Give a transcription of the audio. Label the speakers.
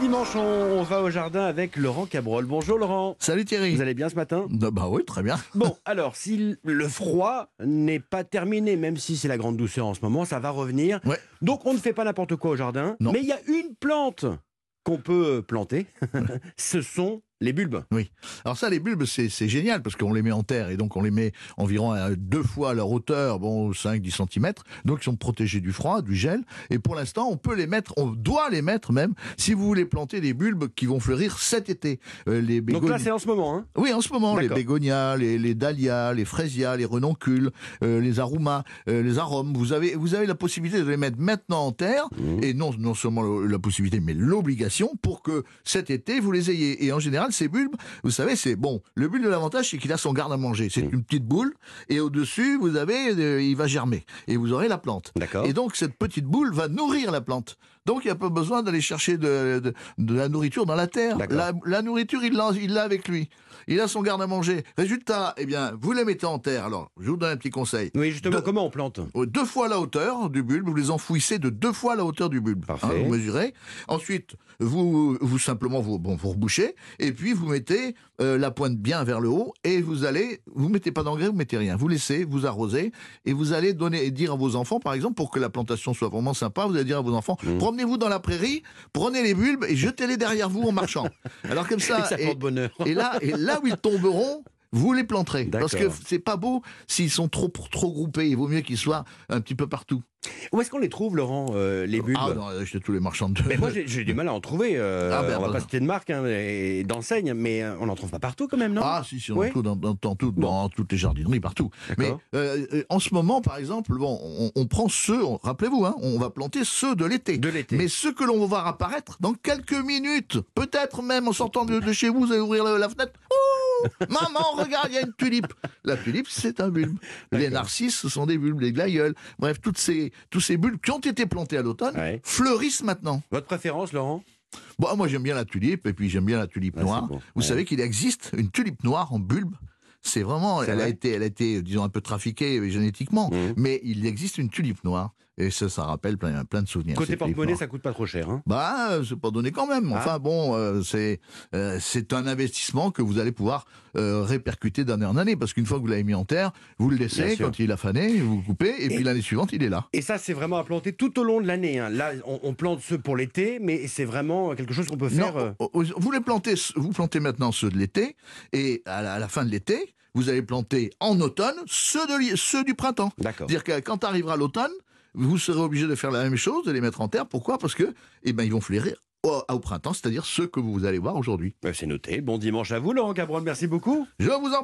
Speaker 1: dimanche, on, on va au jardin avec Laurent Cabrol. Bonjour Laurent.
Speaker 2: Salut Thierry.
Speaker 1: Vous allez bien ce matin
Speaker 2: Bah, bah oui, très bien.
Speaker 1: Bon, alors, si l- le froid n'est pas terminé, même si c'est la grande douceur en ce moment, ça va revenir.
Speaker 2: Ouais.
Speaker 1: Donc, on ne fait pas n'importe quoi au jardin.
Speaker 2: Non.
Speaker 1: Mais il y a une plante qu'on peut euh, planter. Ce sont les bulbes.
Speaker 2: Alors ça, les bulbes, c'est c'est génial parce qu'on les met en terre et donc on les met environ à deux fois leur hauteur, bon, 5-10 cm. Donc ils sont protégés du froid, du gel. Et pour l'instant, on peut les mettre, on doit les mettre même si vous voulez planter des bulbes qui vont fleurir cet été. Euh, les
Speaker 1: Donc là,
Speaker 2: bégonias-
Speaker 1: c'est en ce moment. hein.
Speaker 2: Oui, en ce moment, les
Speaker 1: D'accord.
Speaker 2: bégonias, les, les dahlias, les fraisias, les renoncules, euh, les aromas, euh, les arômes, vous avez, vous avez la possibilité de les mettre maintenant en terre, et non, non seulement le- la possibilité, mais l'obligation pour que cet été, vous les ayez. Et en général, ces bulbes, vous savez, c'est bon. Le bulbe de l'avantage, c'est qu'il a son garde à manger. C'est une petite boule, et au-dessus, vous avez, euh, il va germer, et vous aurez la plante.
Speaker 1: D'accord.
Speaker 2: Et donc, cette petite boule va nourrir la plante. Donc, il n'y a pas besoin d'aller chercher de, de- de la nourriture dans la terre.
Speaker 1: D'accord.
Speaker 2: La, la nourriture, il l'a il l'a avec lui. Il a son garde à manger. Résultat, eh bien, vous les mettez en terre. Alors, je vous donne un petit conseil.
Speaker 1: Oui, justement,
Speaker 2: De-
Speaker 1: comment on plante
Speaker 2: Euh, Deux fois la hauteur du bulbe, vous les enfouissez de deux fois la hauteur du bulbe. hein,
Speaker 1: Parfait.
Speaker 2: vous mesurez. Ensuite, vous, vous simplement vous, bon, vous rebouchez et puis vous mettez euh, la pointe bien vers le haut et vous allez, vous mettez pas d'engrais, vous mettez rien. Vous laissez, vous arrosez et vous allez donner et dire à vos enfants, par exemple, pour que la plantation soit vraiment sympa, vous allez dire à vos enfants,
Speaker 1: Mmh.
Speaker 2: promenez-vous dans la prairie, prenez les bulbes et jetez-les derrière vous en marchant. Alors comme ça,
Speaker 1: Et ça
Speaker 2: et-
Speaker 1: porte bonheur.
Speaker 2: et là, et là où ils tomberont, vous les planterez. Parce que
Speaker 1: D'accord.
Speaker 2: c'est pas beau s'ils sont trop, trop groupés. Il vaut mieux qu'ils soient un petit peu partout.
Speaker 1: Où est-ce qu'on les trouve, Laurent, euh, les bulbes
Speaker 2: Ah non, chez tous les marchands de.
Speaker 1: Mais moi, j'ai j'ai du mal à en trouver. euh,
Speaker 2: Ah, ben,
Speaker 1: on va
Speaker 2: bah,
Speaker 1: pas
Speaker 2: non.
Speaker 1: citer de marque hein, et d'enseigne, mais euh, on n'en trouve pas partout quand même, non
Speaker 2: Ah si, si, on
Speaker 1: Oui.
Speaker 2: en trouve dans, dans- dans tout-
Speaker 1: Bon.
Speaker 2: dans toutes les jardineries, partout. Mais
Speaker 1: D'accord.
Speaker 2: euh, euh, en ce moment, par exemple, bon, on, on prend ceux, on- rappelez-vous, hein, on va planter ceux de l'été.
Speaker 1: De l'été.
Speaker 2: Mais ceux que l'on va voir apparaître dans quelques minutes, peut-être même en sortant de, de chez vous, vous allez ouvrir la, la fenêtre. Ouh Maman, regarde, il y a une tulipe. La tulipe, c'est un bulbe. Les narcisses, ce sont des bulbes, les glaïeuls. Bref, toutes ces, tous ces bulbes qui ont été plantés à l'automne
Speaker 1: Ouais.
Speaker 2: fleurissent maintenant.
Speaker 1: Votre préférence, Laurent
Speaker 2: Bon, ah, moi j'aime bien la tulipe et puis j'aime bien la tulipe
Speaker 1: Ah, c'est
Speaker 2: noire.
Speaker 1: bon.
Speaker 2: Vous
Speaker 1: Ouais.
Speaker 2: savez qu'il existe une tulipe noire en bulbe. C'est vraiment,
Speaker 1: C'est
Speaker 2: elle a
Speaker 1: vrai
Speaker 2: été, elle a été, disons un peu trafiquée euh, génétiquement,
Speaker 1: Mhm.
Speaker 2: mais il existe une tulipe noire et ça, ça rappelle plein, plein de souvenirs.
Speaker 1: Côté
Speaker 2: cette tulipe
Speaker 1: porte-monnaie,
Speaker 2: noire.
Speaker 1: ça coûte pas trop cher. Hein
Speaker 2: Bah, euh, c'est pas donné quand même.
Speaker 1: Ah.
Speaker 2: Enfin bon, euh, c'est euh, c'est un investissement que vous allez pouvoir euh, répercuter d'année en année parce qu'une fois que vous l'avez mis en terre, vous le
Speaker 1: Bien
Speaker 2: laissez
Speaker 1: sûr.
Speaker 2: quand il a fané, vous le coupez et, puis l'année suivante il est là.
Speaker 1: Et ça, c'est vraiment à planter tout au long de l'année. hein. Là, on, on plante ceux pour l'été, mais c'est vraiment quelque chose qu'on peut faire. euh,
Speaker 2: Non, o- o- vous les plantez, vous plantez maintenant ceux de l'été et à la, à la fin de l'été, vous allez planter en automne ceux de l'hi- ceux du printemps.
Speaker 1: D'accord.
Speaker 2: C'est-à-dire que quand arrivera l'automne, vous serez obligé de faire la même chose, de les mettre en terre. Pourquoi Parce que, eh ben, ils vont fleurir au, au printemps, c'est-à-dire ceux que vous allez voir aujourd'hui.
Speaker 1: Euh, C'est noté. Bon dimanche à vous, Laurent Cabrol. Merci beaucoup.
Speaker 2: Je vous en